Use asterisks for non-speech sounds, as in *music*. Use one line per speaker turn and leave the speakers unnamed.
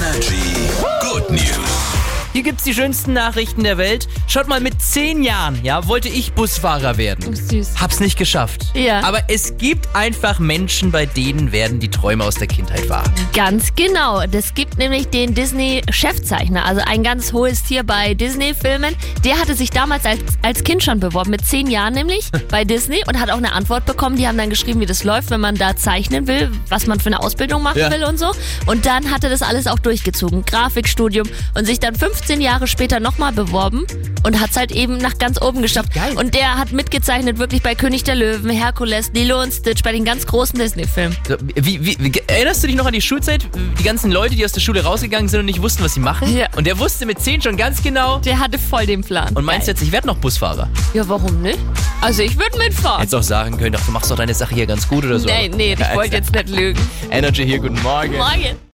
Energy. Good News.
Hier gibt's die schönsten Nachrichten der Welt. Schaut mal, mit zehn Jahren, ja, wollte ich Busfahrer werden.
Süß.
Hab's nicht geschafft.
Ja.
Aber es gibt einfach Menschen, bei denen werden die Träume aus der Kindheit wahr.
Ganz genau. Das gibt nämlich den Disney-Chefzeichner, also ein ganz hohes Tier bei Disney-Filmen. Der hatte sich damals als, als Kind schon beworben, mit zehn
*laughs*
Jahren nämlich, bei Disney und hat auch eine Antwort bekommen. Die haben dann geschrieben, wie das läuft, wenn man da zeichnen will, was man für eine Ausbildung machen
Ja.
will und so. Und dann hat er das alles auch durchgezogen, Grafikstudium und sich dann 15 Jahre später nochmal beworben und hat es halt eben nach ganz oben geschafft.
Geil.
Und der hat mitgezeichnet wirklich bei König der Löwen, Herkules, Lilo und Stitch, bei den ganz großen Disney-Filmen.
So, Wie, wie, wie- erinnerst du dich noch an die Schulzeit? Die ganzen Leute, die aus der Schule rausgegangen sind und nicht wussten, was sie machen?
Ja.
Und der wusste mit zehn schon ganz genau.
Der hatte voll den Plan.
Und meinst du jetzt, ich werde noch Busfahrer?
Ja, warum nicht? Also ich würde mitfahren.
Hättest auch sagen also, können, ach, du machst doch deine Sache hier ganz gut oder so.
Nee, nee, ich wollte jetzt nicht lügen.
Energy hier, guten Morgen.
Morgen.